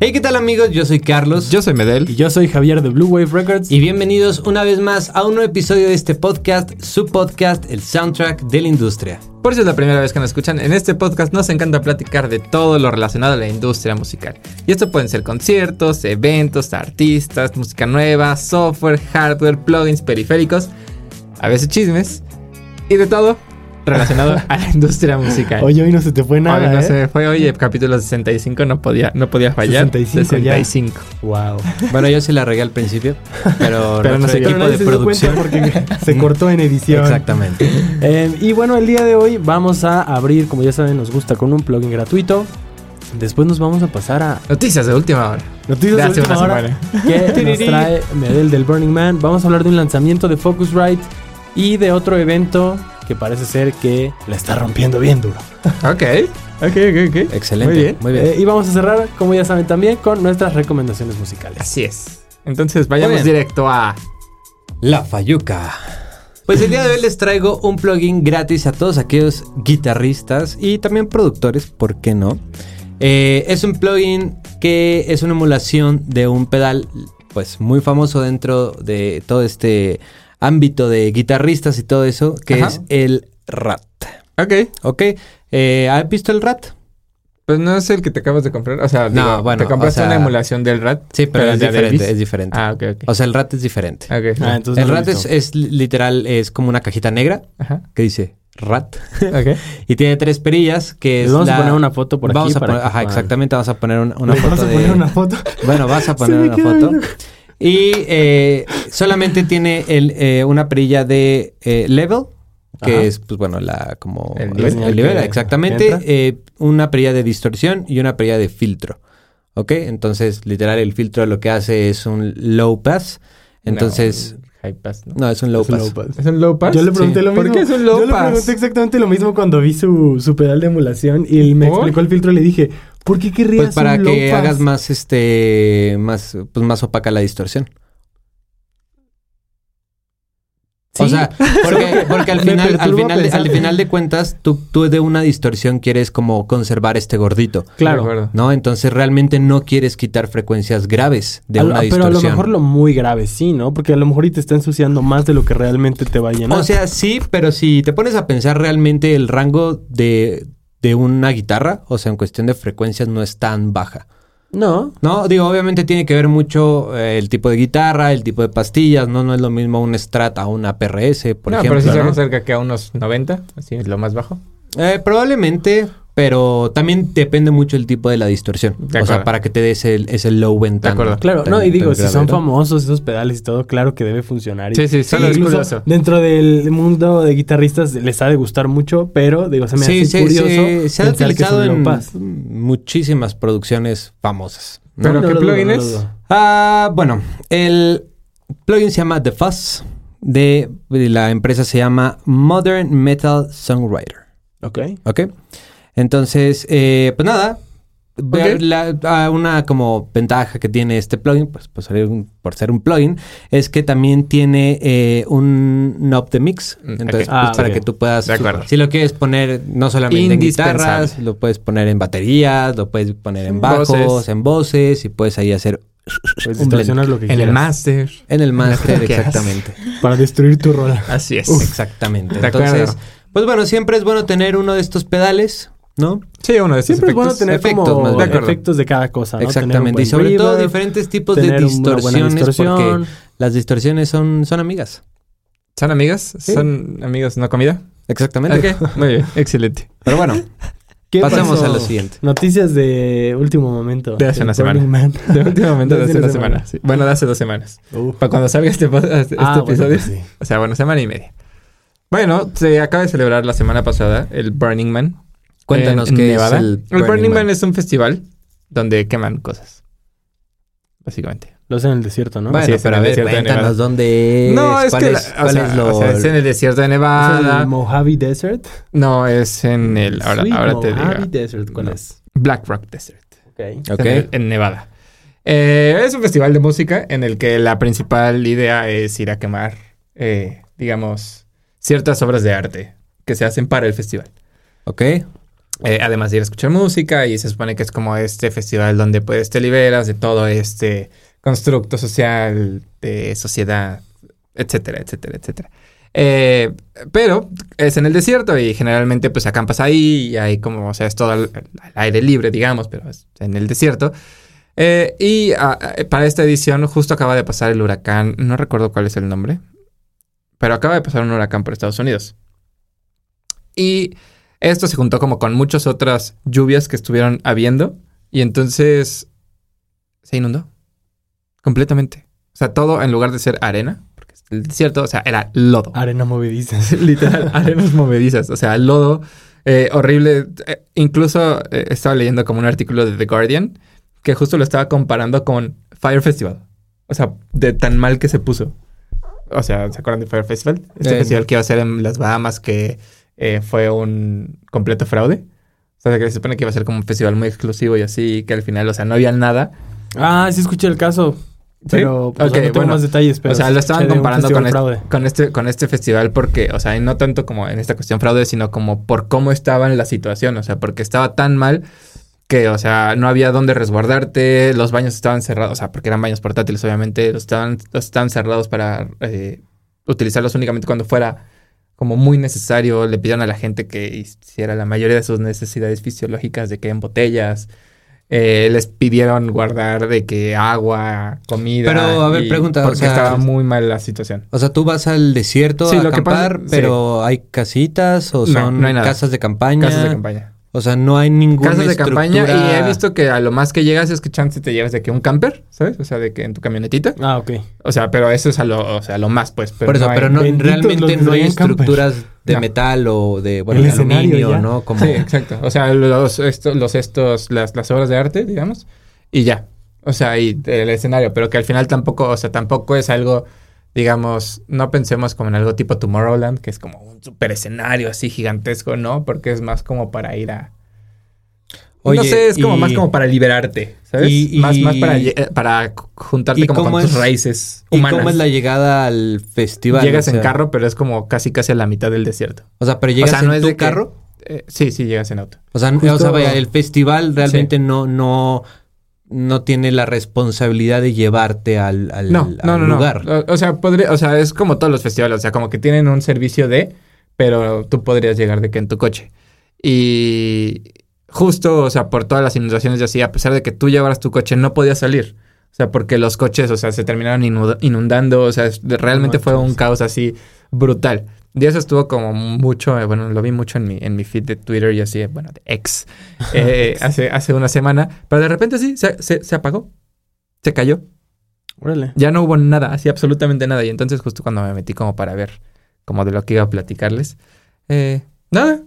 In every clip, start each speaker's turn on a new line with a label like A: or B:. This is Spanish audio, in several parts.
A: Hey, ¿qué tal amigos? Yo soy Carlos.
B: Yo soy Medel.
C: Y yo soy Javier de Blue Wave Records.
A: Y bienvenidos una vez más a un nuevo episodio de este podcast, su podcast, el soundtrack de la industria.
B: Por si es la primera vez que nos escuchan, en este podcast nos encanta platicar de todo lo relacionado a la industria musical. Y esto pueden ser conciertos, eventos, artistas, música nueva, software, hardware, plugins, periféricos, a veces chismes y de todo relacionado a la industria musical.
C: Oye, hoy no se te fue nada.
B: Hoy no
C: ¿eh?
B: se me fue, oye, capítulo 65 no podía, no podía fallar.
C: 65 ya.
B: 65.
A: Wow. Bueno, yo se la regué al principio, pero, nuestro
B: Pero nuestro
A: equipo
C: Pero nadie
A: de
C: se dio cuenta
A: producción.
C: porque se cortó en edición.
A: Exactamente.
C: Eh, y bueno, el día de hoy vamos a abrir, como ya saben, nos gusta con un plugin gratuito. Después nos vamos a pasar a
B: Noticias de última hora.
C: noticias
B: De
C: de
B: hace una
C: última hora
B: semana.
C: que nos trae Medel del Burning Man. Vamos a hablar de un lanzamiento de Focusrite y de otro evento que parece ser que la está rompiendo bien duro.
B: Ok. Ok, ok, ok.
A: Excelente.
B: Muy bien.
A: Muy bien.
C: Eh, y vamos a cerrar, como ya saben también, con nuestras recomendaciones musicales.
B: Así es. Entonces vayamos
A: bien.
B: directo a
A: La Fayuca. Pues el día de hoy les traigo un plugin gratis a todos aquellos guitarristas y también productores, ¿por qué no? Eh, es un plugin que es una emulación de un pedal pues muy famoso dentro de todo este ámbito de guitarristas y todo eso, que
B: Ajá.
A: es el RAT.
B: Ok.
A: ¿Ok? Eh, ¿Has visto el RAT?
B: Pues no es el que te acabas de comprar. O sea,
A: No,
B: digo,
A: bueno,
B: te compraste
A: o sea-
B: una emulación del RAT.
A: Sí, pero, es,
B: el de
A: diferente,
B: Davis.
A: es diferente.
B: Ah, ok, ok.
A: O sea, el RAT es diferente.
B: Ok.
C: Ah, entonces
A: el
C: no lo he
A: RAT es,
C: visto.
A: es literal, es como una cajita negra
B: Ajá.
A: que dice RAT.
B: Ok.
A: Y tiene tres perillas que
C: Les
A: es
C: vamos
A: la-
C: a poner una foto por
A: vamos
C: aquí.
A: a
C: para
A: poner-
C: que
A: ajá,
C: puedan-
A: exactamente, vamos a poner un- una
C: ¿Le
A: foto
C: vas a
A: de-
C: poner una foto?
A: Bueno, vas a poner
C: me
A: una
C: queda
A: foto.
C: viendo.
A: Y eh, solamente tiene el, eh, una perilla de eh, level, que
C: Ajá.
A: es, pues bueno, la como
B: El
A: la
B: nivel.
A: señal
C: El
A: que
C: nivel,
A: exactamente.
C: entra.
A: eh, una perilla de distorsión y una perilla de filtro. ¿Ok? Entonces, literal, el filtro lo que hace es un low pass. Entonces,
B: No, pues, high pass, ¿no?
A: no, es un low
C: Es un
A: pass.
C: low pass.
B: ¿Es un low pass?
C: Yo le pregunté
B: Sí.
C: lo mismo.
B: ¿Por qué es un
C: Yo
B: low
C: le pregunté
B: pass?
C: exactamente lo mismo cuando vi su, su pedal de emulación y él me
B: ¿Por?
C: explicó el filtro y le dije, ¿por qué querrías
A: Pues para
C: un low
A: que
C: pass?
A: hagas más este más pues más opaca la distorsión. O
C: Sí.
A: sea, porque, porque al
C: Me
A: final, al
C: perturba
A: final, de, al
C: pensar.
A: final de cuentas, tú, tú de una distorsión quieres como conservar este gordito,
B: De
C: Claro.
B: acuerdo.
A: ¿no? Entonces realmente no quieres quitar frecuencias graves de
C: A lo-
A: una
C: pero a
A: distorsión.
C: lo mejor lo muy grave sí, ¿no? Porque a lo mejor y te está ensuciando más de lo que realmente te va a llenar.
A: O sea, sí, pero si te pones a pensar realmente el rango de, de una guitarra, o sea, en cuestión de frecuencias no es tan baja.
C: no.
A: No, digo, obviamente tiene que ver mucho eh, el tipo de guitarra, el tipo de pastillas, ¿no? No es lo mismo un Strat a una PRS, por
B: no,
A: ejemplo.
B: pero sí se
A: ¿no?
B: acerca que a unos 90, así es lo más bajo.
A: Eh, probablemente, pero también depende mucho el tipo de la distorsión.
B: De
A: o sea,
B: acuerdo.
A: para que te des el, ese low end tan-
B: acuerdo.
C: Claro,
A: tan-
C: no, y
A: tan
C: digo, si
A: grave,
C: son
A: ¿no?
C: famosos esos pedales y todo, claro que debe funcionar. y-
B: Sí, sí, solo es
C: incluso
B: curioso.
C: Dentro del mundo de guitarristas les ha de gustar mucho, pero digo, se me
A: Sí,
C: hace
A: sí,
C: curioso.
A: sí, se ha
C: pensar que es un
A: utilizado
C: low
A: en
C: pass.
A: muchísimas producciones famosas. ¿no?
B: ¿Pero
C: no
B: qué
C: lo dudo,
B: plugin
C: no lo
B: es?
C: dudo.
A: Ah, bueno, el plugin se llama The Fuzz, de, de la empresa se llama Modern Metal Songwriter.
C: Ok.
A: ¿Ok? Entonces, eh, pues nada. ver la- ah, una como ventaja que tiene este plugin, pues, pues, ser un- por ser un plugin, es que también tiene eh, un knob de mix.
B: Mm,
A: Entonces, pues,
B: ok.
C: Ah,
A: para
C: ok.
A: que tú puedas...
B: De acuerdo.
A: Si lo quieres poner no solamente en
B: Indispensable.
A: guitarras, lo puedes poner en baterías, lo puedes poner en bajos,
B: Voces.
A: en voces, y puedes ahí hacer
C: Puedes
A: un blend.
C: distorsionar Pues lo que
B: En
C: quieras.
B: el master.
A: en el master,
B: que quieras.
A: exactamente.
C: Para destruir tu rola.
B: Así es.
A: Exactamente.
B: De acuerdo.
A: Entonces, pues bueno, siempre es bueno tener uno de estos pedales, ¿no?
B: Sí, uno de estos
C: Siempre es bueno
B: efectos.
C: tener
A: efectos,
C: como
A: más bien.
B: De acuerdo.
C: efectos de cada cosa, ¿no? Tener un
A: Exactamente.
C: buen
A: Y sobre todo
C: reverb,
A: diferentes tipos de
C: tener una buena
A: distorsiones,
C: distorsión.
A: porque las distorsiones son, son amigas.
B: ¿Son amigas? ¿Son amigos no comida?
A: Exactamente.
B: Ok, muy bien. Excelente.
A: Pero bueno,
C: ¿Qué
A: pasamos
C: pasó?
A: a lo siguiente.
C: Noticias de último momento.
B: De hace una
C: El
B: semana.
C: Burning Man.
B: De último momento de
C: Desde
B: hace
C: la
B: una semana. sí. Bueno, de hace dos semanas.
C: Uh.
B: Para cuando salga este, po- este
C: Ah, bueno,
B: episodio.
C: pues sí.
B: O sea, bueno, semana y media. Bueno, se acaba de celebrar la semana pasada el Burning Man.
C: Eh,
A: Cuéntanos
B: en- en
A: qué
B: Nevada.
A: es el
B: Burning, Man. es un festival donde queman cosas. Básicamente.
C: Lo hacen en el desierto, ¿no?
A: Bueno,
B: Así es,
A: pero a
B: en el
A: ver,
B: desierto de Nevada.
A: cuéntanos dónde es,
B: no, es
A: cuál
B: que la-
A: es,
B: o
A: cuál
B: sea,
A: es lo...
B: o sea, es en el desierto de
C: ¿Es el
B: Nevada.
C: Mojave Desert.
B: No, es en el ahora,
C: Sweet
B: ahora te
C: Mojave
B: digo.
C: Desert, ¿cuál
B: No.
C: es?
B: Black Rock Desert.
C: Ok.
A: Ok.
B: en, en Nevada. Eh, es un festival de música en el que la principal idea es ir a quemar, eh, digamos, ciertas obras de arte que se hacen para el festival.
A: Ok.
B: eh, además de ir a escuchar música y se supone que es como este festival donde pues te liberas de todo este constructo social, de sociedad, etcétera, etcétera, etcétera. Eh, pero es en el desierto y generalmente pues acampas ahí y hay como, o sea, es todo al, al aire libre, digamos, pero es en el desierto. Eh, y ah, eh, para esta edición justo acaba de pasar el huracán, no recuerdo cuál es el nombre, pero acaba de pasar un huracán por Estados Unidos. Y esto se juntó como con muchas otras lluvias que estuvieron habiendo y entonces se inundó completamente. O sea, todo en lugar de ser arena, porque es el desierto, o sea, era lodo.
C: Arena movediza.
B: Literal, arenas movedizas. O sea, lodo eh, horrible. Eh, incluso eh, estaba leyendo como un artículo de The Guardian que justo lo estaba comparando con Fire Festival. O sea, de tan mal que se puso. O sea, ¿se acuerdan de Fire Festival? Este
C: Eh,
B: festival que iba a ser en las Bahamas que eh, fue un completo fraude. O sea, que se supone que iba a ser como un festival muy exclusivo y así, que al final, o sea, no había nada.
C: Ah, sí escuché el caso. Pero pues,
B: Ok,
C: no tengo
B: bueno.
C: más detalles. Pero
B: o sea,
C: sí
B: lo estaban
C: escuché de un
B: comparando
C: festival
B: con este,
C: fraude.
B: con, este, con este festival porque, o sea, y no tanto como en esta cuestión fraude, sino como por cómo estaba en la situación, o sea, porque estaba tan mal que, o sea, no había dónde resguardarte, los baños estaban cerrados, o sea, porque eran baños portátiles, obviamente, los estaban, los estaban cerrados para eh, utilizarlos únicamente cuando fuera como muy necesario, le pidieron a la gente que hiciera la mayoría de sus necesidades fisiológicas de que en botellas. eh, les pidieron guardar de que agua, comida.
A: Pero, a ver,
B: y-
A: pregunta, o
B: Porque
A: sea, pues,
B: estaba muy mal la situación.
A: O sea, tú vas al desierto
B: Sí,
A: a
B: lo que pasa-
A: acampar,
B: sí.
A: pero hay casitas o
B: No,
A: son
B: no hay nada.
A: casas de campaña.
B: Casas de campaña.
A: O sea, no hay ninguna
B: Casas de campaña y
A: estructura-
B: he visto que a lo más que llegas es que chance te llevas de que un camper, ¿sabes? O sea, de que en tu camionetita.
C: Ah, ok.
B: O sea, pero eso es a lo, o sea, a lo más, pues. Pero
A: Por eso,
B: no hay-
A: pero no,
C: Benditos los
A: realmente
C: que
A: no hay
C: traían camper.
A: estructuras de
B: No.
A: metal o de, bueno,
C: El
A: de
C: escenario
A: aluminio,
C: ya.
A: ¿no? Como...
B: Sí, exacto. O sea, los estos, los estos las, las obras de arte, digamos, y ya. O sea, y el escenario, pero que al final tampoco, o sea, tampoco es algo, digamos, no pensemos como en algo tipo Tomorrowland, que es como un super escenario así gigantesco, ¿no? Porque es más como para ir a...
A: Oye,
B: no sé, es como
A: y-
B: más como para liberarte, ¿sabes?
A: y- y-
B: más, más para, lle- eh, para
A: ¿Y
B: juntarte como
A: cómo
B: con
A: es-
B: tus raíces
A: ¿Y
B: humanas.
A: cómo es la llegada al festival?
B: llegas
A: O
B: en
A: sea,
B: carro, pero es como casi casi a la mitad del desierto.
A: O sea, pero llegas
B: o sea,
A: en
B: no es
A: tu
B: de que-
A: carro.
B: Eh, sí, sí, llegas en auto.
A: O sea, n- o sea, vaya, el festival realmente
B: Sí.
A: no, no, no tiene la responsabilidad de llevarte al, al-
B: no, no,
A: al
B: no, no.
A: lugar.
B: O, o sea, podría, o sea, es como todos los festivales, o sea, como que tienen un servicio de, pero tú podrías llegar de que en tu coche. Y justo, o sea, por todas las inundaciones y así, a pesar de que tú llevaras tu coche, no podías salir. O sea, porque los coches, o sea, se terminaron inu- inundando, o sea, es- de- realmente fue un caos así brutal. Y eso estuvo como mucho, eh, bueno, lo vi mucho en mi, en mi feed de Twitter y así, bueno, de ex, eh, hace, hace una semana. Pero de repente sí, se- se- se apagó, se cayó
C: Órale.
B: ya no hubo nada, así absolutamente nada. Y entonces justo cuando me metí como para ver como de lo que iba a platicarles, eh, nada.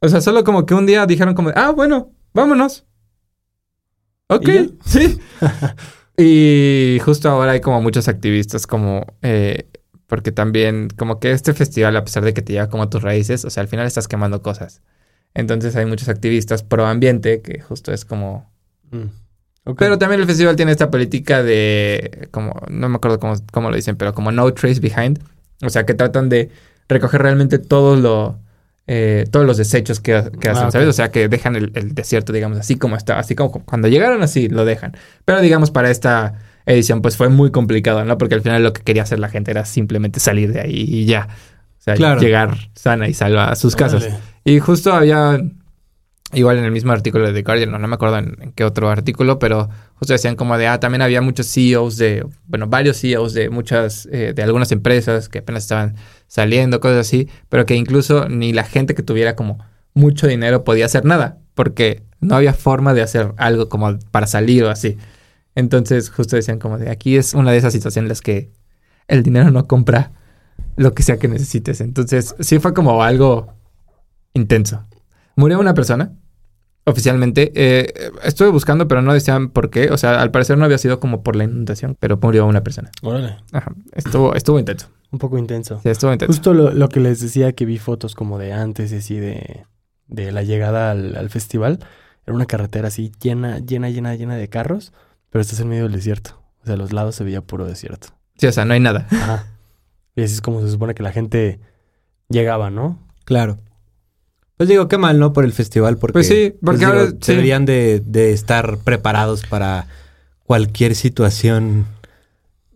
B: O sea, solo como que un día dijeron como, ah, bueno, vámonos. Ok,
C: ¿Y ya?
B: sí. y justo ahora hay como muchos activistas como, eh, porque también como que este festival, a pesar de que te lleva como a tus raíces, o sea, al final estás quemando cosas. Entonces hay muchos activistas pro ambiente que justo es como
C: Mm. Ok.
B: pero también el festival tiene esta política de, como, no me acuerdo cómo, cómo lo dicen, pero como no trace behind. O sea, que tratan de recoger realmente todo lo, eh, todos los desechos que, que
C: Ah,
B: hacen,
C: ok.
B: ¿sabes? O sea, que dejan el, el desierto, digamos, así como está, así como cuando llegaron, así lo dejan. Pero digamos, para esta edición, pues fue muy complicado, ¿no? Porque al final lo que quería hacer la gente era simplemente salir de ahí y ya. O sea,
A: Claro.
B: llegar sana y salva a sus casas.
C: Órale.
B: Y justo había, igual en el mismo artículo de The Guardian, no, no me acuerdo en, en qué otro artículo, pero justo decían como de, ah, también había muchos CEOs de, bueno, varios CEOs de muchas, eh, de algunas empresas que apenas estaban saliendo, cosas así, pero que incluso ni la gente que tuviera como mucho dinero podía hacer nada, porque no había forma de hacer algo como para salir o así. Entonces justo decían como de, aquí es una de esas situaciones en las que el dinero no compra lo que sea que necesites. Entonces sí fue como algo intenso. Murió una persona, oficialmente. Eh, estuve buscando, pero no decían por qué. O sea, al parecer no había sido como por la inundación, pero murió una persona.
C: Órale.
B: Ajá. Estuvo, estuvo intenso. Pues,
C: Un poco intenso.
B: Sí, estuvo intenso.
C: Justo lo, lo que les decía que vi fotos como de antes y así de, de la llegada al, al festival. Era una carretera así llena, llena, llena, llena de carros, pero estás en medio del desierto. O sea, a los lados se veía puro desierto.
B: Sí, o sea, no hay nada.
C: Ajá. y así es como se supone que la gente llegaba, ¿no?
A: Claro. Pues digo, qué mal, ¿no? Por el festival, porque,
B: Pues sí, porque
A: digo,
B: ahora- sí.
A: deberían de, de estar preparados para cualquier situación.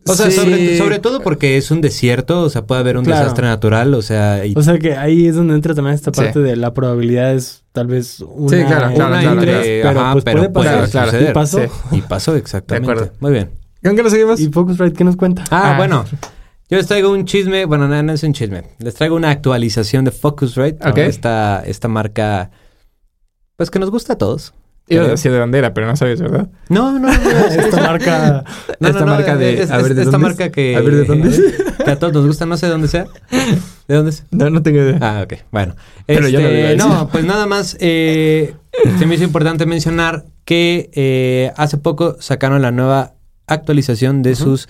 A: O sea,
B: Sí.
A: sobre, sobre todo porque es un desierto, o sea, puede haber un
C: Claro.
A: desastre natural, o sea, y
C: O sea que ahí es donde entra también esta
B: Sí.
C: parte de la probabilidad es tal vez una,
B: claro, claro,
C: una
A: una
B: claro,
C: entre-
B: claro.
A: entre-
C: pero
A: ajá,
C: pues
A: pero
C: puede pasar.
A: puede
B: Claro,
A: suceder.
C: Y pasó.
B: sí.
A: Y pasó, exactamente.
B: De acuerdo.
A: Muy bien.
B: ¿Con qué lo seguimos?
C: ¿Y Focusrite qué nos cuenta?
A: Ah,
B: Ah.
A: bueno. Yo les traigo un chisme. Bueno, no, no es un chisme. Les traigo una actualización de Focusrite. ¿no?
B: Ok.
A: Esta, esta marca, pues que nos gusta a todos.
B: Iba a
A: creo.
B: decir Eh, de bandera, pero no sabes, ¿verdad?
A: No, no, no.
C: Esta marca
A: No,
B: Esta
A: no, no,
B: marca de-
A: es-
B: a
A: es-
B: ver, ¿de
A: esta
B: dónde es?
A: marca que.
B: A ver, ¿de dónde es?
A: Que a todos nos gusta, no sé de dónde sea. ¿De dónde es?
B: No, no tengo idea.
A: Ah, ok. Bueno.
B: Pero yo no lo iba a
A: Este,
B: decir.
A: no, pues nada más. eh, se me hizo importante mencionar que eh, hace poco sacaron la nueva actualización de sus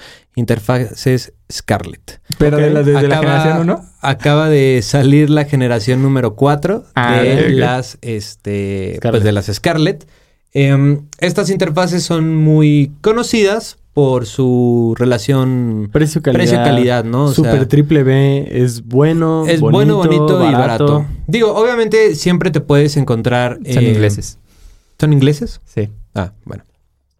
A: interfaces Scarlett.
B: pero de la, de, de la
A: Acaba-
B: generación 1.
A: Acaba de salir la generación número 4
B: Ah,
A: de
B: ok, ok.
A: las este pues
C: Scarlett.
A: de las Scarlett. Em, estas interfaces son muy conocidas por su relación
C: precio calidad.
A: precio-calidad, ¿no? O
C: super
A: sea,
C: triple B es bueno,
A: es bueno, bonito y barato. Digo, obviamente siempre te puedes encontrar.
B: Son
A: eh,
B: ingleses.
A: ¿Son ingleses?
B: Sí.
A: Ah, bueno.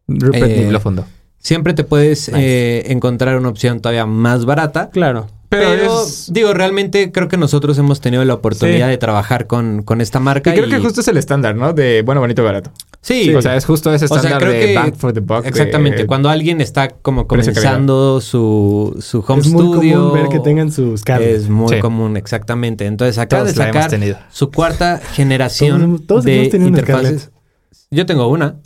B: Rupert
A: eh,
B: Neve lo fundó.
A: Siempre te puedes
B: Nice.
A: eh, encontrar una opción todavía más barata.
C: Claro.
A: Pero,
B: es-
A: digo, realmente creo que nosotros hemos tenido la oportunidad
B: Sí.
A: de trabajar con, con esta marca.
B: que creo
A: y-
B: que justo es el estándar, ¿no? De bueno, bonito, barato.
A: Sí,
B: O sea, es justo ese
A: O sea,
B: estándar
A: creo
B: de
A: que-
B: bang for the buck. eh, de-
A: exactamente. Cuando alguien está como
B: Precio, calidad.
A: comenzando su, su home
C: es muy
A: studio.
C: común ver que tengan sus carros.
A: Es muy
B: Sí.
A: común, exactamente. Entonces acaba
B: Todos
A: de
B: la hemos
A: sacar
B: tenido.
A: su cuarta
C: Todos
A: generación
C: hemos- todos
A: de
C: hemos tenido una
A: interfaces. Yo tengo una,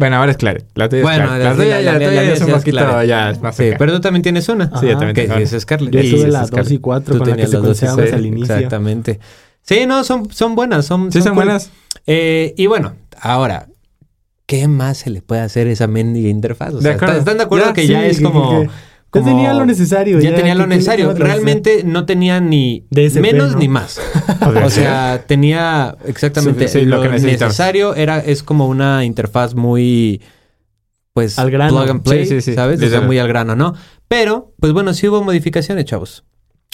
B: Bueno, ahora es Claret. La tuya
A: Bueno,
B: es Claret. La,
A: la-
B: tuya
A: la-
B: ya-
A: la-
B: la tuya
A: la-
B: ya es un
A: la-
B: poquito,
A: Claret.
B: ya es más
A: sí,
B: cerca.
A: pero tú también tienes una.
C: Ah,
B: Sí, yo también
A: que
B: tengo
A: que
B: una.
A: es Scarlett.
C: Yo
B: Sí,
C: tuve
B: sí,
C: la
B: sí,
C: 2 y 4
A: Tú
C: con la que
A: tenías las dos.
C: secuenciabas
A: sí,
C: al inicio.
A: Exactamente. Sí, no, son, son buenas. Son,
B: Sí, son
A: cool.
B: buenas.
A: Eh, y bueno, ahora, ¿qué más se le puede hacer a esa mendiga interfaz? O
B: De
A: sea,
B: acuerdo.
A: ¿Están de acuerdo
B: Ya,
A: que ya
C: Sí,
A: es
C: que-
A: como...
C: que- Ya Pues tenía
A: como-
C: lo necesario.
A: Ya tenía lo
C: que tiene
A: necesario.
C: otra cosa.
A: Realmente no tenía ni
C: DSP,
A: menos
C: ¿no?
A: ni más.
B: Podría
A: O sea, tenía exactamente
B: Sí, sí, lo
A: lo,
B: que necesitas.
A: necesario. Era, es como una interfaz muy, pues,
C: Al grano.
A: plug and play,
B: Sí, sí, sí.
A: ¿sabes? O sea,
B: Literal.
A: muy al grano, ¿no? Pero, pues bueno, sí hubo modificaciones, chavos.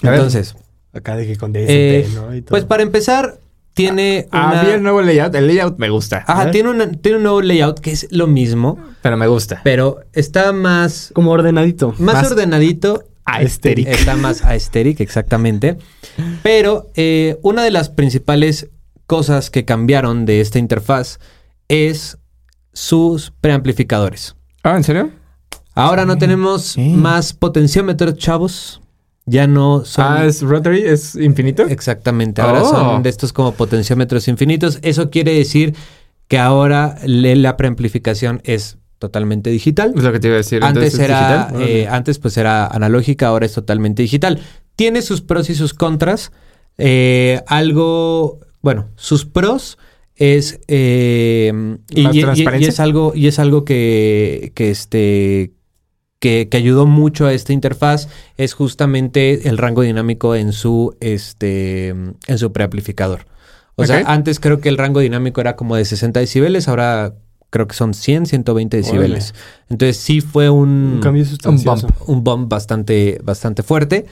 B: A ver.
A: Entonces,
C: Acá de que con DSP,
A: Eh,
C: ¿no? Y todo. Ah,
A: pues para empezar, tiene una...
B: Había el nuevo layout. El layout me gusta.
A: Ajá,
C: ¿Eh?
A: tiene, una- tiene un nuevo layout que es lo mismo,
B: Pero me gusta.
A: pero está más,
C: como ordenadito.
A: más,
B: Más-
A: ordenadito.
B: Ah, Aesthetic.
A: Está más aesthetic, exactamente. Pero eh, una de las principales cosas que cambiaron de esta interfaz es sus preamplificadores.
B: Ah, ¿en serio?
A: Ahora no tenemos
B: sí.
A: más potenciómetros, chavos. Ya no son...
B: Ah, es Rotary, es infinito.
A: Exactamente, ahora
B: Oh.
A: son de estos como potenciómetros infinitos. Eso quiere decir que ahora le- la preamplificación es totalmente digital.
B: Es lo que te iba a decir.
A: Antes
B: Entonces, ¿es
A: era,
B: digital?
A: eh, antes pues era analógica, ahora es totalmente digital. Tiene sus pros y sus contras. Eh, algo, bueno, sus pros es eh, y,
B: ¿Más
A: y- y-
B: transparencia?
A: y es algo y es algo que, que este que, que ayudó mucho a esta interfaz es justamente el rango dinámico en su este en su preamplificador. O
B: Ok.
A: sea, antes creo que el rango dinámico era como de 60 decibeles, ahora creo que son 100, 120 decibeles. Entonces sí fue un,
C: Un cambio sustancioso.
A: un bump bastante, bastante fuerte.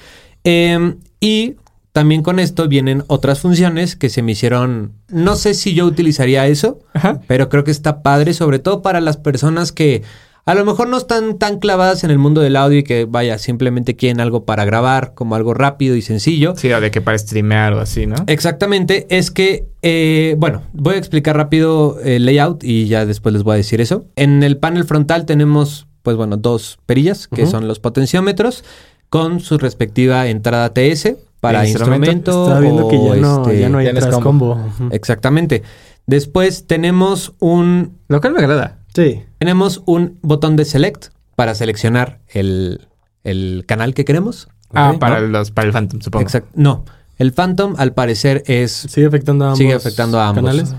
A: Eh, y también con esto vienen otras funciones que se me hicieron. No sé si yo utilizaría eso,
B: Ajá.
A: pero creo que está padre, sobre todo para las personas que a lo mejor no están tan clavadas en el mundo del audio y que vaya, simplemente quieren algo para grabar, como algo rápido y sencillo.
B: Sí, o de que para streamear o así, ¿no?
A: Exactamente, es que, eh, bueno, voy a explicar rápido el layout y ya después les voy a decir eso. En el panel frontal tenemos, pues bueno, dos perillas, que
C: Ujú.
A: son los potenciómetros, con su respectiva entrada TS para
B: El instrumento.
A: instrumento.
C: Estaba viendo que ya
A: o,
C: no,
A: este,
C: ya no hay
B: ya no es
C: tras combo. Eh, Ujú.
A: Exactamente. Después tenemos un,
B: Lo cual me agrada.
C: Sí.
A: tenemos un botón de select para seleccionar el, el canal que queremos.
B: ah,
A: Ok,
B: para,
A: ¿no?
B: los, para el Phantom, supongo.
A: Exact- no, el Phantom al parecer es
C: Sigue afectando a ambos.
A: Sigue afectando a ambos.
C: Canales.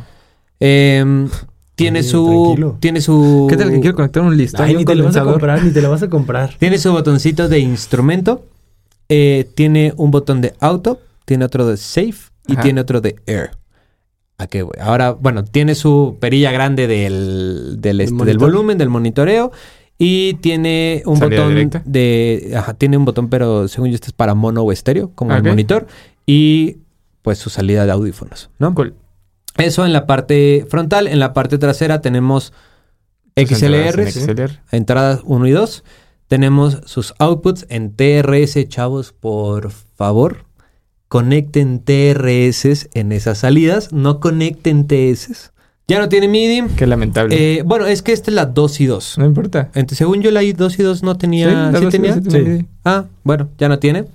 A: Em, tiene
C: Oye,
A: su.
C: tranquilo.
A: Tiene su.
B: ¿Qué tal que quiero conectar un listón
C: Ay,
B: y un
C: ni te lo vas a
B: condensador?
C: comprar, ni te lo vas a comprar.
A: Tiene su botoncito de instrumento. eh, tiene un botón de auto. Tiene otro de safe. Y
B: Ajá.
A: tiene otro de air. ¿A qué, güey? Ahora, bueno, tiene su perilla grande del, del, este- del
C: monitor.
A: volumen, del monitoreo. Y tiene un
B: Salida
A: botón
B: directa. Ah,
A: de. Ajá, tiene un botón, pero según yo, este es para mono o estéreo, como el
B: Ok.
A: monitor. Y pues su salida de audífonos, ¿no?
B: Cool.
A: Eso en la parte frontal, en la parte trasera tenemos
B: Sus
A: XLR,
B: entradas en XLR.
A: entradas 1 y 2. Tenemos sus outputs en TRS, chavos, por favor. Conecten TRS en esas salidas, no conecten TS. Ya no tiene MIDI.
B: Qué lamentable.
A: Eh, bueno, es que esta es la 2 y 2.
B: no importa.
A: Entonces, según yo, la 2 y 2 no tenía.
B: la
A: ¿Sí
B: dos-
A: tenía?
B: sí tenía.
A: Ah, bueno, ya no tiene.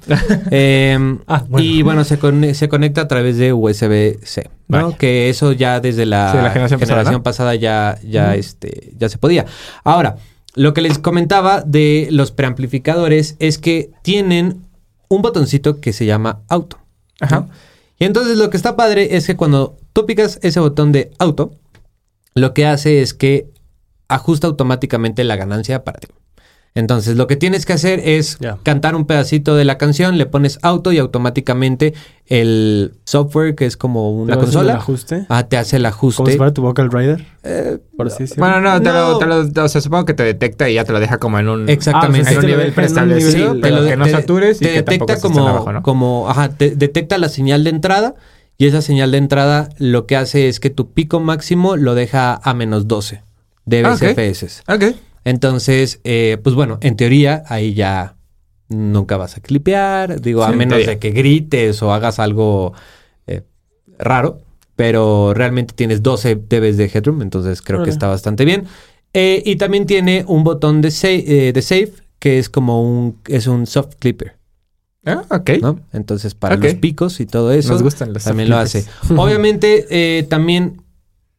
A: Eh,
C: Ah, bueno.
A: Y bueno, se, conne- se conecta a través de USB-C, ¿no?
B: Vaya.
A: Que eso ya desde la,
B: Sí, la generación pasada, ¿no?
A: pasada ya, ya,
B: Ujú.
A: este, ya se podía. Ahora, lo que les comentaba de los preamplificadores es que tienen un botoncito que se llama auto.
B: Ajá.
A: Y entonces lo que está padre es que cuando tú picas ese botón de auto, lo que hace es que ajusta automáticamente la ganancia para ti. Entonces lo que tienes que hacer es
C: Ya.
A: cantar un pedacito de la canción, le pones auto y automáticamente el software, que es como
C: Te
A: una
C: vas haciendo el
A: consola,
C: ajuste.
A: ah, te hace el
C: Como si
A: ajuste.
C: fuera tu vocal rider.
A: Eh,
C: Por así decirlo.
B: Bueno, no, te,
A: No.
B: Lo, te lo- o sea, supongo que te detecta y ya te lo deja como en un...
A: Exactamente.
B: En
C: sí
B: un
C: te lo
B: nivel
C: deja en un nivel,
A: Sí,
B: preestablecido,
A: te
B: pero
A: lo
B: que
A: de-
B: no
A: te-
B: satures y
A: te
B: que tampoco
A: detecta
B: estés tan
A: como,
B: abajo, ¿no?
A: como, ajá, te detecta la señal de entrada y esa señal de entrada lo que hace es que tu pico máximo lo deja a menos 12 de
B: Ah, ok.
A: BCFS.
B: Ok.
A: Entonces, eh, pues bueno, en teoría ahí ya nunca vas a clipear, digo,
B: Sí,
A: a
B: en
A: menos
B: teoría.
A: de que grites o hagas algo eh, raro, pero realmente tienes 12 dBs de headroom, entonces creo que
C: Órale.
A: está bastante bien. Eh, y también tiene un botón de, sa- eh, de save, que es como un, es un soft clipper,
B: Ah, ok.
A: ¿no? Entonces para
B: Ok.
A: los picos y todo eso
B: Nos gustan los
A: también lo hace.
B: softclippers.
A: Obviamente eh, también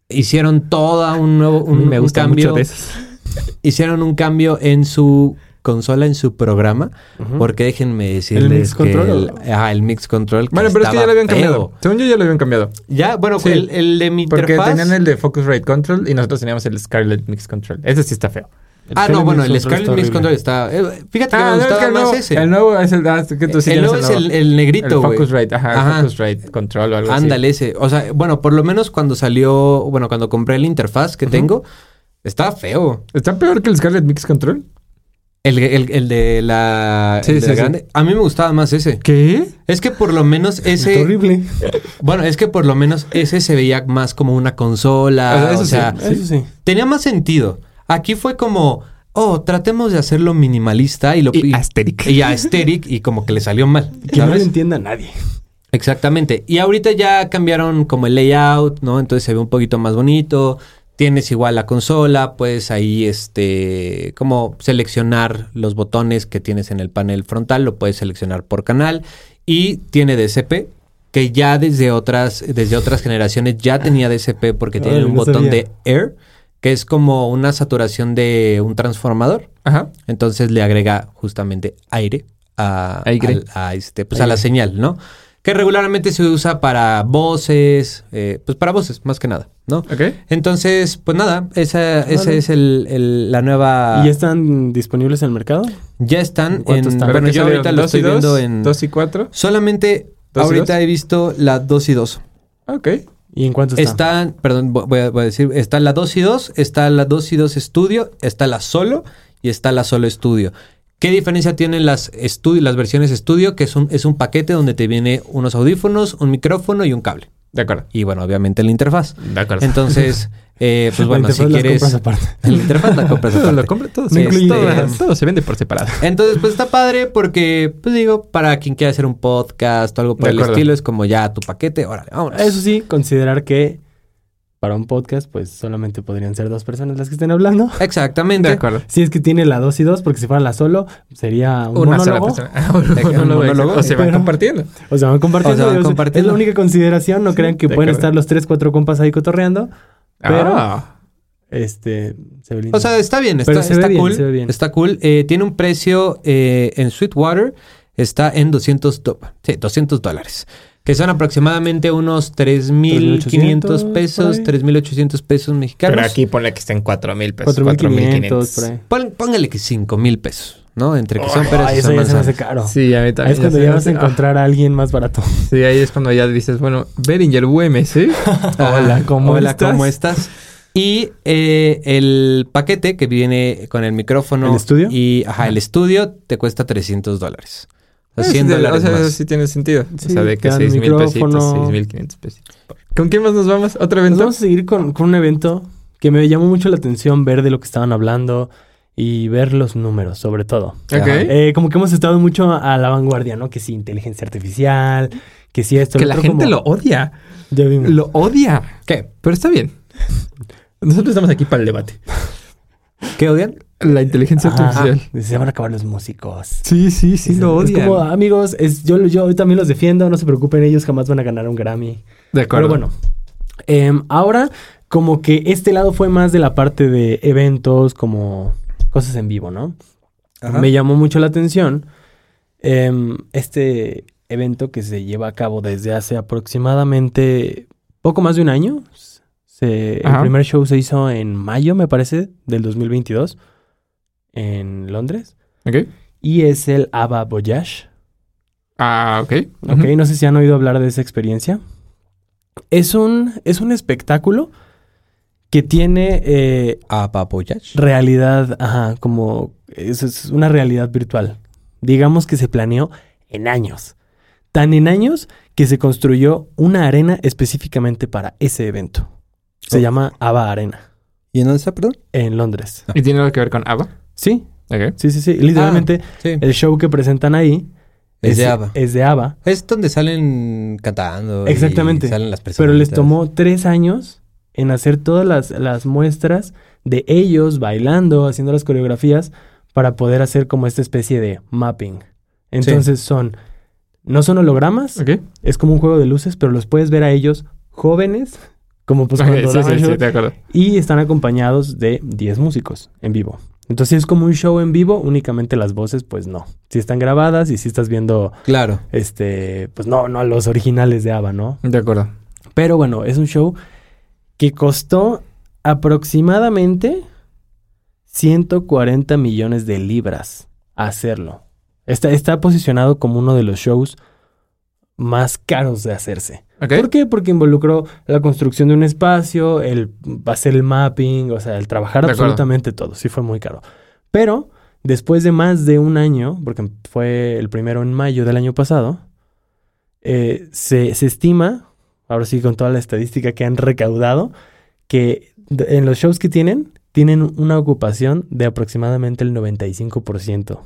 A: hicieron toda un nuevo
B: A mí
A: un,
B: me
A: un
B: gustan
A: cambio
B: mucho de esos.
A: hicieron un cambio en su consola, en su programa,
C: Ujú.
A: porque déjenme decirles
C: mix
A: que
C: control
A: el,
C: o-
A: ajá, el mix control. que
B: Bueno, pero es que ya
A: estaba
B: lo habían
A: feo.
B: cambiado. Según yo ya lo habían cambiado.
A: Ya, bueno,
B: Sí,
A: el, el de mi
B: Porque
A: interfaz.
B: tenían el de Focus Rate Control y nosotros teníamos el Scarlet Mix Control. Ese sí está feo.
C: El
A: ah, no,
C: Scarlett
A: bueno, el
C: Mix
A: Scarlet
C: Control
A: Mix
C: está
A: Control
C: horrible.
A: está. eh, fíjate que me
B: no, Ah, es
A: gustaba
B: que el
A: más
B: nuevo,
A: ese.
B: el nuevo es el... ah, es que tú sí
A: el
B: tienes
A: nuevo es el,
B: nuevo.
A: el
B: El
A: negrito, güey.
B: Focus Rate, ajá, el
A: Ajá.
B: Focus Rate Control o algo así.
A: Ándale ese. O sea, bueno, por lo menos cuando salió, bueno, cuando compré la interfaz que tengo, estaba feo.
B: ¿Está peor que el Scarlet Mix Control?
A: El, el- el de la,
B: Sí,
A: el de
B: sí,
A: la
B: sí.
A: grande. A mí me gustaba más ese.
B: ¿Qué?
A: Es que por lo menos
C: Está
A: ese.
C: horrible.
A: Bueno, es que por lo menos ese se veía más como una consola.
B: Ah, eso
A: o
B: sí.
A: sea,
C: Eso sí.
A: tenía más sentido. Aquí fue como, oh, tratemos de hacerlo minimalista y lo
B: Y asteric.
A: Y asteric y como que le salió mal.
C: Que no lo
A: ¿sabes?
C: entienda nadie.
A: Exactamente. Y ahorita ya cambiaron como el layout, ¿no? Entonces se ve un poquito más bonito. Tienes igual la consola, puedes ahí este como seleccionar los botones que tienes en el panel frontal, lo puedes seleccionar por canal y tiene DCP que ya desde otras desde otras generaciones ya tenía DCP porque tienen
C: Órale,
A: un
C: no
A: botón
C: sabía.
A: de air que es como una saturación de un transformador.
B: Ajá.
A: Entonces le agrega justamente aire a,
B: Aire.
A: al- a este, pues a la
B: Aire.
A: señal, ¿no? Que regularmente se usa para voces, eh, pues para voces, más que nada, ¿no?
B: Ok.
A: Entonces, pues nada, esa, esa
C: Vale.
A: es el, el- la nueva...
C: ¿Y ya están disponibles en el mercado?
A: ya están
C: ¿En cuánto
A: en...
C: están?
A: Bueno,
B: ¿Pero qué
A: yo
B: salieron?
A: ahorita lo
B: ¿Dos y
A: estoy
B: dos?
A: viendo en...
B: ¿Dos y cuatro?
A: Solamente
B: ¿Dos y
A: ahorita
B: dos?
A: he visto la 2 y 2.
B: Ok.
C: ¿Y en cuánto están?
A: Están, perdón, vo- voy a, voy a decir, está la 2 y 2, está la 2 y 2 estudio, está la solo y está la solo estudio. ¿Qué diferencia tienen las estudio, las versiones estudio? Que es un, es un paquete donde te viene unos audífonos, un micrófono y un cable.
B: De acuerdo.
A: Y bueno, obviamente la interfaz.
B: De acuerdo.
A: Entonces, eh, pues
C: La
A: bueno, si
C: interfaz las
A: quieres.
C: compras aparte.
A: La interfaz la compras
B: todo lo
A: aparte.
B: compra, todo,
C: No
B: se,
C: incluye
B: todo-
C: ideas.
B: todo se vende por separado.
A: Entonces, pues está padre porque, pues digo, para quien quiera hacer un podcast o algo por
B: De
A: el
B: acuerdo.
A: estilo, es como ya tu paquete, órale, vámonos.
C: Eso sí, considerar que para un podcast, pues solamente podrían ser dos personas las que estén hablando.
B: De
A: Exactamente.
B: acuerdo.
C: Si es que tiene la dos y dos, porque si fuera la solo, sería un
B: Una sola
C: monólogo.
B: persona. Ah, un
A: Deja un
B: monólogo,
A: monólogo,
B: O se van
C: pero-
B: compartiendo.
C: O sea, van compartiendo.
A: O sea, van
C: y,
A: compartiendo.
C: Es la única consideración. No crean que
B: De
C: pueden
B: acuerdo.
C: estar los tres, cuatro compas ahí cotorreando. Pero-
B: Ah,
C: Este, se ve lindo.
A: O sea, está bien, está,
C: Pero se ve
A: está
C: bien,
A: cool.
C: se ve bien.
A: Está cool. Eh, tiene un precio eh, en Sweetwater, está en 200, do- sí, 200 dólares, que son aproximadamente unos 3,500
C: 3,800
A: pesos,
C: por ahí.
A: 3,800 pesos mexicanos.
B: pero aquí ponle que estén 4 mil pesos.
C: 4500 por ahí.
A: Pon- póngale que 5,000 pesos, ¿no? Entre que son
B: Ay,
A: peras
C: Ay,
A: y
C: eso
A: Ah, son
C: ya se me hace
A: manzanas.
C: caro.
B: Sí, a mí
C: Ahí
B: también.
C: es cuando
B: se
C: ya
B: me
C: vas
B: hace-
C: a
B: ah,
C: encontrar a alguien más barato.
B: sí, ahí es cuando ya dices, bueno, Beringer UMC.
C: Hola, ¿cómo
A: Ah, Hola,
C: estás?
A: ¿cómo estás? Y eh, el paquete que viene con el micrófono
C: ¿El estudio?
A: y ajá, el estudio te cuesta 300 dólares.
C: Eh,
A: O sea, 100
B: Sí,
A: dólares
B: o sea, eso
A: más.
B: sí tiene sentido. o
C: Sí,
B: sea, de que
C: te dan
B: 6 mil pesitos,
C: micrófono.
B: 6 mil 500 pesitos. ¿Con quién más nos vamos? ¿Otro
C: Nos
B: evento?
C: vamos a seguir con, con un evento que me llamó mucho la atención ver de lo que estaban hablando y ver los números, sobre todo.
B: Ok.
A: Ajá.
C: Eh, como que hemos estado mucho a la vanguardia, ¿no? Que sí, inteligencia artificial, que sí esto.
B: que la gente lo odia.
C: lo... Ya vimos.
B: Lo odia.
A: ¿Qué?
B: Pero está bien. Nosotros estamos aquí para el debate.
A: ¿Qué odian?
B: La inteligencia
C: Ajá.
B: artificial.
C: Se van a acabar los músicos.
B: Sí, sí, sí,
C: es,
B: lo
C: es
B: odian.
C: como, ah, amigos, es, yo, yo también los defiendo, no se preocupen, ellos jamás van a ganar un Grammy.
B: De acuerdo.
C: Pero bueno, em, ahora como que este lado fue más de la parte de eventos, como cosas en vivo, ¿no? Me llamó mucho la atención em, este evento que se lleva a cabo desde hace aproximadamente poco más de un año. Se- el
B: Ajá.
C: primer show se hizo en mayo, me parece, del 2022, en Londres.
B: Ok.
C: Y es el ABBA Voyage.
B: Ah, ok.
C: Ok,
B: Ujú.
C: no sé si han oído hablar de esa experiencia. Es un, es un espectáculo que tiene eh,
A: A Papoyach.
C: realidad, ajá, como es, es una realidad virtual. Digamos que se planeó en años. Tan en años que se construyó una arena específicamente para ese evento. Se
A: Oh.
C: llama ABBA Arena,
A: ¿Y en dónde está, perdón?
C: en Londres.
B: ¿Y tiene algo que ver con ABBA?
C: Sí,
B: Ok.
C: sí, sí, sí. Literalmente,
A: Sí.
C: el show que presentan ahí
A: Ah. Es de ABBA.
C: Eh, Es de eh, ABBA.
A: Es donde salen cantando. y
C: Exactamente.
A: salen las personas.
C: Pero les tomó tres años en hacer todas las, las muestras de ellos bailando, haciendo las coreografías, para poder hacer como esta especie de mapping. Entonces son, no son hologramas,
B: Ok.
C: es como un juego de luces, pero los puedes ver a ellos jóvenes, como pues
B: Ok,
C: cuando
B: sí,
C: daban
B: sí, sí,
C: shows,
B: de acuerdo.
C: y están acompañados de 10 músicos en vivo. Entonces es como un show en vivo, únicamente las voces pues no. Si están grabadas y si estás viendo,
A: Claro.
C: este, pues no, no a los originales de ABBA, ¿no?
B: De acuerdo.
C: Pero bueno, es un show que costó aproximadamente 140 millones de libras hacerlo. Está, está posicionado como uno de los shows más caros de hacerse.
B: Ok.
C: ¿Por qué? Porque involucró la construcción de un espacio, el hacer el mapping, o sea, el trabajar
B: De acuerdo.
C: absolutamente todo. Sí fue muy caro. Pero después de más de un año, porque fue el primero en mayo del año pasado, eh, se, se estima, ahora sí con toda la estadística que han recaudado, que d- en los shows que tienen, tienen una ocupación de aproximadamente el 95%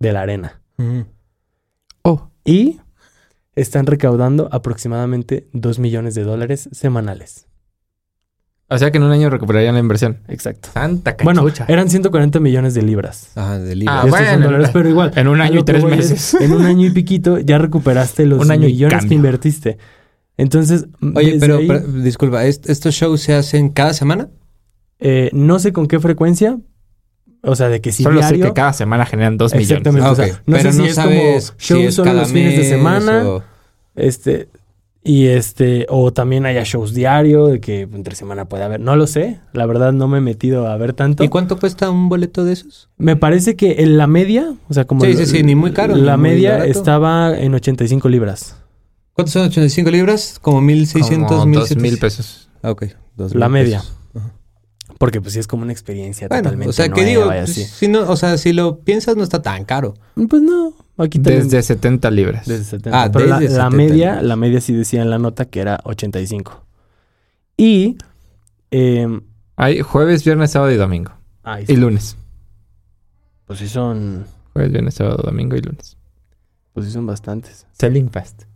C: de la arena.
B: Oh.
C: Y están recaudando aproximadamente 2 millones de dólares semanales.
B: O sea que en un año recuperarían la inversión.
C: Exacto.
B: Santa
C: Bueno,
B: cachucha.
C: eran 140 millones de libras.
A: Ajá, de libros.
B: Ah,
C: Y
B: bueno.
C: estos son dólares, pero igual.
B: en un
C: a
B: año
C: lo
B: y
C: que
B: tres
C: voy es,
B: meses.
C: en un año y piquito ya recuperaste los
B: Un año y
C: millones que
B: cambio.
C: invertiste. Entonces, mm,
A: Oye,
C: desde
A: pero,
C: ahí,
A: pero, disculpa, ¿est- ¿estos shows se hacen cada semana?
C: eh, no sé con qué frecuencia. O sea, de que si
B: Solo
C: diario,
B: sé que cada semana generan dos millones.
C: Exactamente. o sea, Ah, no
A: Ah, Pero
C: sé si
A: no
C: es
A: sabes
C: como
A: si
C: show
A: es
C: solo
A: cada
C: los fines de
A: mes
C: semana.
A: o-
C: Este, y este, o también haya shows diario, de que entre semana puede haber, no lo sé, la verdad no me he metido a ver tanto.
A: ¿Y cuánto cuesta un boleto de esos?
C: Me parece que en la media, o sea, como...
A: Sí,
C: el-
A: sí, sí, ni muy caro,
C: La
A: ni muy
C: media
A: barato.
C: estaba en 85 libras.
A: ¿Cuánto son 85 libras? Como 1600,
B: Como dos mil
A: 1700.
B: pesos.
A: Ah, ok. dos
C: La
A: mil
C: media.
A: pesos.
C: Porque pues sí es como una experiencia
A: Bueno,
C: totalmente
A: o sea, que digo,
C: nueva y
A: pues,
C: así.
A: si no, o sea, si lo piensas no está tan caro.
C: Pues no, aquí también...
B: Desde 70 libras.
C: Desde 70.
A: Ah,
C: Pero la-
A: desde
C: la,
A: 70
C: media,
A: libras.
C: la media sí decía en la nota que era 85. Y... eh,
B: Hay jueves, viernes, sábado y domingo.
C: ahí está.
B: Y lunes.
C: pues sí son...
B: Jueves, viernes, sábado, domingo y lunes.
C: Pues sí son bastantes.
B: Selling fast.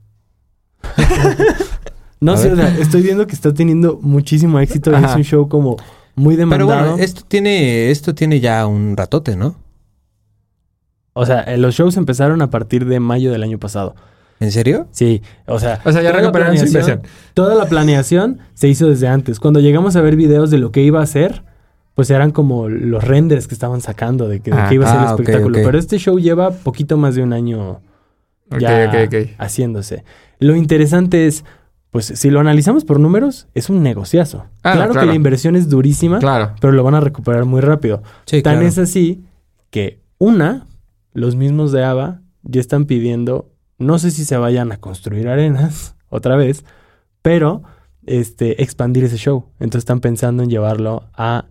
C: No
A: A
C: sé,
A: ver.
C: o sea, estoy viendo que está teniendo muchísimo éxito y es
B: Ajá.
C: un show como muy
A: Pero
C: demandado.
A: bueno, esto tiene, esto tiene ya un ratote, ¿no?
C: O sea, eh, los shows empezaron a partir de mayo del año pasado.
A: ¿En serio?
C: Sí, o sea,
B: O sea, ya
C: toda la
B: recuperaron su
C: planeación-
B: inversión.
C: Toda la planeación se hizo desde antes. Cuando llegamos a ver videos de lo que iba a ser, pues eran como los renders que estaban sacando de que, de
B: Ah,
C: que iba a ser el
A: ah, ok,
C: espectáculo.
A: ok.
C: Pero este show lleva poquito más de un año
B: Ok,
C: ya
B: ok, ok.
C: haciéndose. Lo interesante es, pues si lo analizamos por números, es un negociazo.
B: Ah,
C: claro, que
B: claro.
C: la inversión es durísima,
B: Claro.
C: pero lo van a recuperar muy rápido.
A: Sí,
C: Tan
A: claro.
C: es así que una, los mismos de ABBA ya están pidiendo, no sé si se vayan a construir arenas otra vez, pero este, expandir ese show. Entonces están pensando en llevarlo a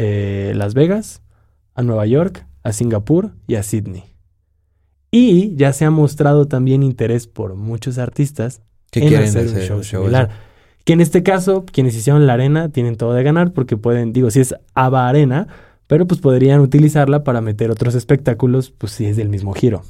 C: eh, Las Vegas, a Nueva York, a Singapur y a Sydney. Y ya se ha mostrado también interés por muchos artistas
A: ¿Qué
C: en
A: quieren
C: hacer, un show similar.
A: así?
C: Que en este caso, quienes hicieron la arena tienen todo de ganar porque pueden, digo, si es ABA Arena, pero pues podrían utilizarla para meter otros espectáculos, pues si es del mismo giro.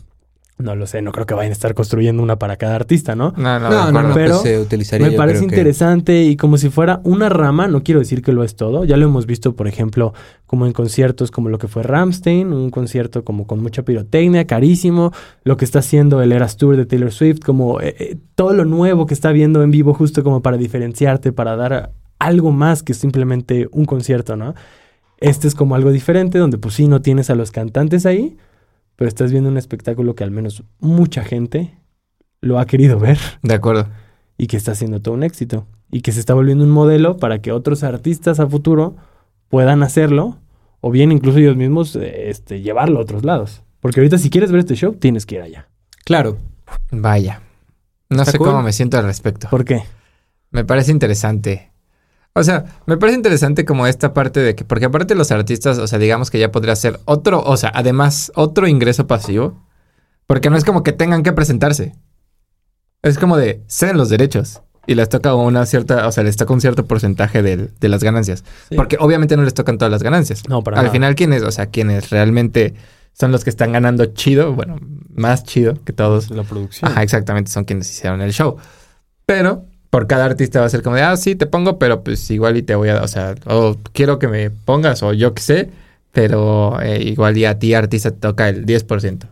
C: No lo sé, no creo que vayan a estar construyendo una para cada artista, ¿no?
B: No, no, de
A: No, no,
B: acuerdo.
A: no,
C: Pero
A: pues se utilizaría.
C: Me
A: yo
C: parece
A: creo que-
C: interesante y como si fuera una rama, no quiero decir que lo es todo, ya lo hemos visto, por ejemplo, como en conciertos como lo que fue Ramstein, un concierto como con mucha pirotecnia, carísimo, lo que está haciendo el Eras Tour de Taylor Swift, como eh, eh, todo lo nuevo que está viendo en vivo justo como para diferenciarte, para dar algo más que simplemente un concierto, ¿no? Este es como algo diferente, donde pues sí, no tienes a los cantantes ahí, pero estás viendo un espectáculo que al menos mucha gente lo ha querido ver
B: De acuerdo.
C: y que está siendo todo un éxito y que se está volviendo un modelo para que otros artistas a futuro puedan hacerlo o bien incluso ellos mismos eh, este, llevarlo a otros lados. Porque ahorita si quieres ver este show tienes que ir allá.
A: Claro.
B: Vaya. No
A: Está
B: sé
A: cool.
B: cómo me siento al respecto.
C: ¿Por qué?
B: Me parece interesante. O sea, me parece interesante como esta parte de que, porque aparte los artistas, o sea, digamos que ya podría ser otro, o sea, además otro ingreso pasivo, porque no es como que tengan que presentarse. Es como de, ceden los derechos y les toca una cierta, o sea, les toca un cierto porcentaje del- de las ganancias, porque obviamente no les tocan todas las ganancias.
C: No, para
B: Al
C: nada.
B: final, ¿quiénes? O sea, quienes realmente son los que están ganando chido, bueno, más chido que todos
C: la producción.
B: Ajá, exactamente, son quienes hicieron el show. Pero por cada artista va a ser como de, ah, sí, te pongo, pero pues igual y te voy a, o sea, o quiero que me pongas, o yo qué sé, pero eh, igual y a ti, artista, te toca el 10%.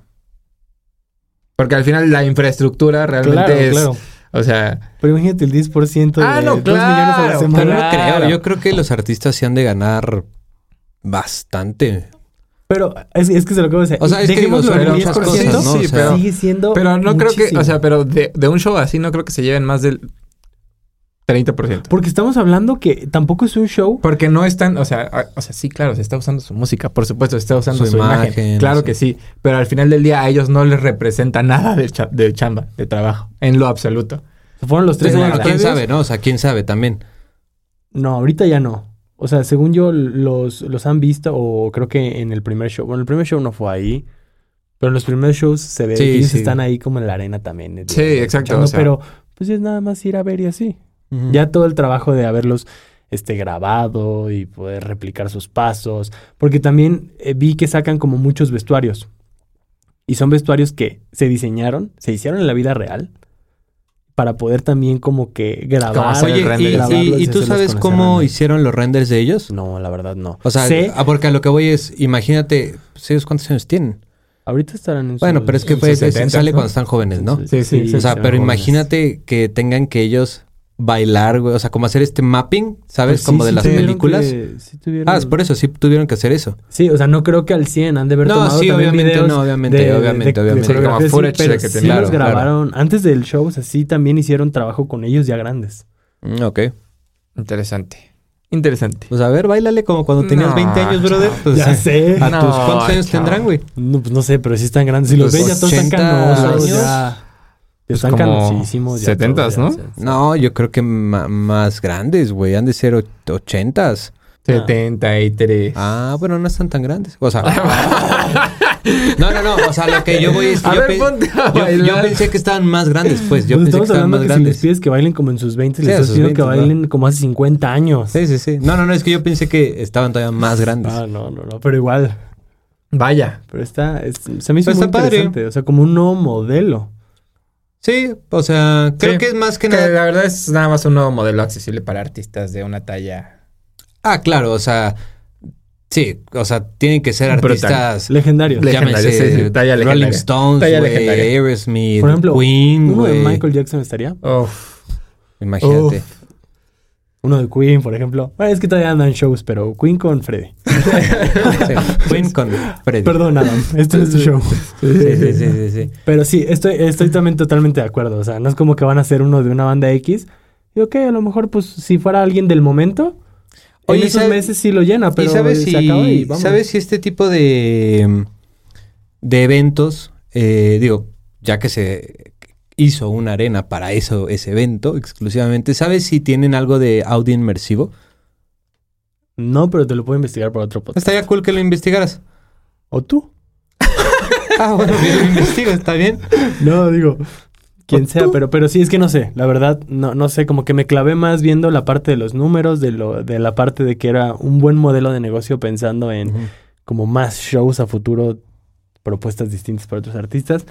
B: Porque al final la infraestructura realmente
C: Claro,
B: es,
C: claro.
B: o sea,
C: Pero imagínate el 10% de
B: Ah, no,
C: dos millones a la
B: claro,
A: Pero
C: semana.
A: no creo. Yo creo que los artistas se han de ganar bastante.
C: Pero es, es que se lo acabo de decir.
A: O sea, es que
C: Dejémoslo
A: digo,
C: en
A: son
C: el 10%,
A: muchas cosas,
B: ¿no? O
C: sí,
B: sea,
C: pero sigue siendo
B: pero no creo que,
C: muchísimo.
B: o sea, pero de, de un show así no creo que se lleven más del 30%.
C: Porque estamos hablando que tampoco es un show
B: Porque no están, o sea, a- o sea, sí, claro, se está usando su música, por supuesto, se está usando
A: Su
B: su, imagen,
A: imagen,
B: Claro
A: sí.
B: que sí, pero al final del día a ellos no les representa nada de, cha- de chamba, de trabajo, en lo absoluto.
C: Fueron los tres
A: Bueno,
C: años
A: quién
C: previos.
A: sabe, ¿no? O sea, quién sabe también.
C: No, ahorita ya no. O sea, según yo, los, los han visto, o creo que en el primer show. Bueno, el primer show no fue ahí. Pero en los primeros shows se ve
A: Sí,
C: que ellos
A: sí.
C: están ahí como en la arena también. eh,
B: Sí,
C: eh,
B: exacto,
C: escuchando,
B: o sea.
C: Pero pues es nada más ir a ver y así. Ya todo el trabajo de haberlos este, grabado y poder replicar sus pasos. Porque también eh, vi que sacan como muchos vestuarios. Y son vestuarios que se diseñaron, se hicieron en la vida real. Para poder también como que grabar.
B: hacer el
A: Oye,
B: render
A: ¿y,
B: de-
A: y-
C: grabarlos
A: y tú
C: hacerlos
A: sabes
C: con ese
A: cómo
C: render.
A: hicieron los renders de ellos?
C: No, la verdad no.
A: O sea,
C: Sé-
A: ah, porque a lo que voy es, imagínate, pues, ellos cuántos años tienen?
C: ahorita estarán en
A: Ah, Bueno,
C: sus-
A: pero es que
B: en
A: fue,
B: sus 70s,
A: sale
B: ¿no?
A: cuando están jóvenes, ¿no?
C: Sí,
B: Sí, sí,
C: sí,
A: O sea,
C: sí,
A: pero
C: jóvenes.
A: imagínate que tengan que ellos bailar, güey. O sea, como hacer este mapping, ¿sabes?
C: Pues sí,
A: como de
C: sí
A: las
C: tuvieron
A: películas.
C: que- sí, tuvieron-
A: Ah, es por eso, sí tuvieron que hacer eso.
C: Sí, o sea, no creo que al 100 han de haber
A: No,
C: tomado
A: sí,
C: también
A: obviamente,
C: videos
A: no, obviamente, obviamente, obviamente.
B: Sí, como
C: coreografías, sí,
B: footage de
C: pero
B: que
C: sí
B: tenían.
C: los
A: Claro,
C: grabaron antes del show, o sea, sí también hicieron trabajo con ellos ya grandes.
A: Mm, ok.
B: Interesante. Interesante.
A: Pues a ver, bailale como cuando tenías
B: No,
A: 20 años, brother. Pues,
C: ya
A: a-
C: sé.
A: ¿A
B: No,
A: tus cuántos años
B: chao.
A: tendrán, güey?
C: No, pues no sé, pero sí están grandes. Si los
B: Pues
C: ves ya todos están
A: 80
C: canosos,
A: años.
C: ya. Ya
B: Pues
C: están
B: como
C: canosísimos. ya
B: 70s,
C: todos,
B: ¿no?
C: ya, sí.
A: No, yo creo que ma- más grandes, güey. Han de ser och- ochentas.
B: Ah. 73.
A: Ah, bueno, no están tan grandes. O sea. no, no, no. O sea, lo que yo voy es.
B: A
A: yo,
B: ver,
A: pe-
B: ponte a
A: yo- yo
B: bailar.
A: pensé que estaban más grandes, pues. Yo
C: Pues
A: pensé que
C: estamos
A: estaban
C: hablando
A: más
C: que si les
A: grandes.
C: pides que bailen como en sus 20,
A: Sí,
C: les
A: a
C: estás
A: sus
C: pidiendo que
A: 20, ¿no?
C: bailen como hace 50 años.
A: Sí, sí, sí. No, no, no. Es que yo pensé que estaban todavía más grandes.
C: Ah, no, no, no, pero igual.
B: Vaya.
C: Pero está, es- se me hizo
A: Pero
C: muy
A: Pues está padre.
C: interesante. O sea, como un nuevo modelo.
A: Sí, o sea, creo que es más que
B: Que
A: nada.
B: la verdad es nada más un nuevo modelo accesible para artistas de una talla.
A: Ah, claro, o sea. Sí, o sea, tienen que ser
B: Brutal.
A: artistas.
C: Legendario.
B: Le- Legendaria,
A: Llámese
B: sí, sí, talla
A: Rolling
B: legendaria.
A: Stones,
B: Talla
A: güey,
B: legendaria.
A: Aerosmith,
C: Por ejemplo,
A: Queen,
C: Uno de
A: güey.
C: Michael Jackson estaría.
B: Uf.
A: Imagínate.
C: Uno de Queen, por ejemplo. Bueno, es que todavía andan shows, pero Queen con Freddy.
A: Sí, Queen con Freddy.
C: Perdón, Adam. Este no es tu show.
A: Sí, sí, sí, sí, sí.
C: Pero sí, estoy, estoy también totalmente de acuerdo. O sea, no es como que van a ser uno de una banda X. Y ok, a lo mejor, pues, si fuera alguien del momento,
A: Oye,
C: en
A: ¿y
C: esos
A: sabe-
C: meses sí lo llena, pero
A: ¿Y sabes
C: eh,
A: si,
C: se acaba y vamos.
A: sabes si este tipo de, de eventos, eh, digo, ya que se hizo una arena para eso, ese evento exclusivamente, ¿sabes si tienen algo de audio inmersivo?
C: No, pero te lo puedo investigar para otro podcast.
A: Estaría cool que lo investigaras.
C: ¿O tú?
A: Ah, bueno, yo lo investigo, está bien.
C: No, digo, quien
A: ¿O
C: sea,
A: tú?
C: pero, pero sí, es que no sé, la verdad, no, no sé, como que me clavé más viendo la parte de los números, de, lo, de la parte de que era un buen modelo de negocio pensando en como más shows a futuro, propuestas distintas para otros artistas,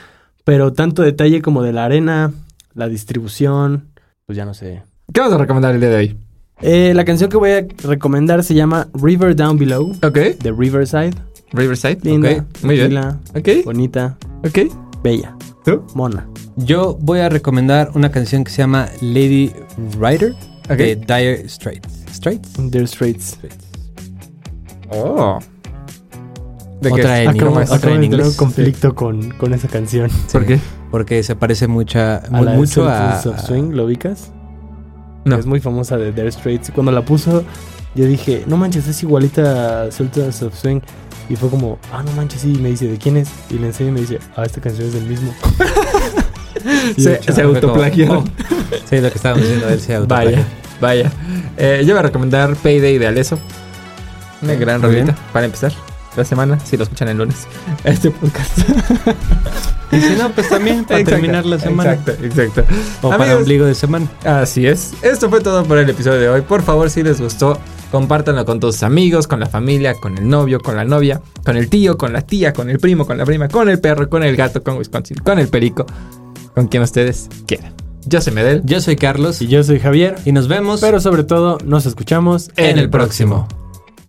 C: pero tanto detalle como de la arena, la distribución, pues ya no sé.
B: ¿Qué vas a recomendar el día de hoy?
C: Eh, la canción que voy a recomendar se llama River Down Below,
B: Ok.
C: de Riverside.
B: Riverside.
C: Linda,
B: ok. Muy bien.
C: tranquila,
B: Ok.
C: bonita,
B: Ok.
C: bella,
B: ¿Tú?
C: mona.
A: Yo voy a recomendar una canción que se llama Lady Rider
B: Ok.
A: de Dire Straits. ¿Straits?
C: Their Straits.
B: Oh. ¿De qué? Ah,
A: Otra en,
C: Acabo,
A: inglés,
C: Ah, acabo
A: otra en
C: de tener un
A: inglés.
C: conflicto con, con esa canción.
B: ¿Por qué?
A: Porque se parece mucha,
C: A
A: mu-
C: la de
A: mucho
C: Soulful
A: a,
C: Soft Swing, ¿lo ubicas?
B: No.
C: Es muy famosa de Dire Straits. Cuando la puso, yo dije, no manches, es igualita a Sultan of Swing. Y fue como, ah, no manches, sí. Y me dice, ¿de quién es? Y le enseño y me dice, ah, esta canción es del mismo. Y
B: Se,
C: yo, "Chao".
B: se autoplagiaron.
A: oh, Sí, lo que estábamos diciendo él se autoplagia.
B: Vaya, vaya. Eh, yo voy a recomendar Payday de Aleso. Una gran
A: Muy bien.
B: rolita para empezar la semana, si lo escuchan el lunes, este podcast.
A: Y si no, pues también para
B: Exacto,
A: terminar la semana.
B: Exacto, exacto.
A: O para
B: Amigos.
A: ombligo de semana.
B: Así es. Esto fue todo por el episodio de hoy. Por favor, si les gustó, compártanlo con tus amigos, con la familia, con el novio, con la novia, con el tío, con la tía, con el primo, con la prima, con el perro, con el gato, con Wisconsin, con el perico, con quien ustedes quieran. Yo soy Medel.
A: Yo soy Carlos
C: Y yo soy Javier.
A: y nos vemos
C: Pero sobre todo, nos escuchamos
B: En el próximo.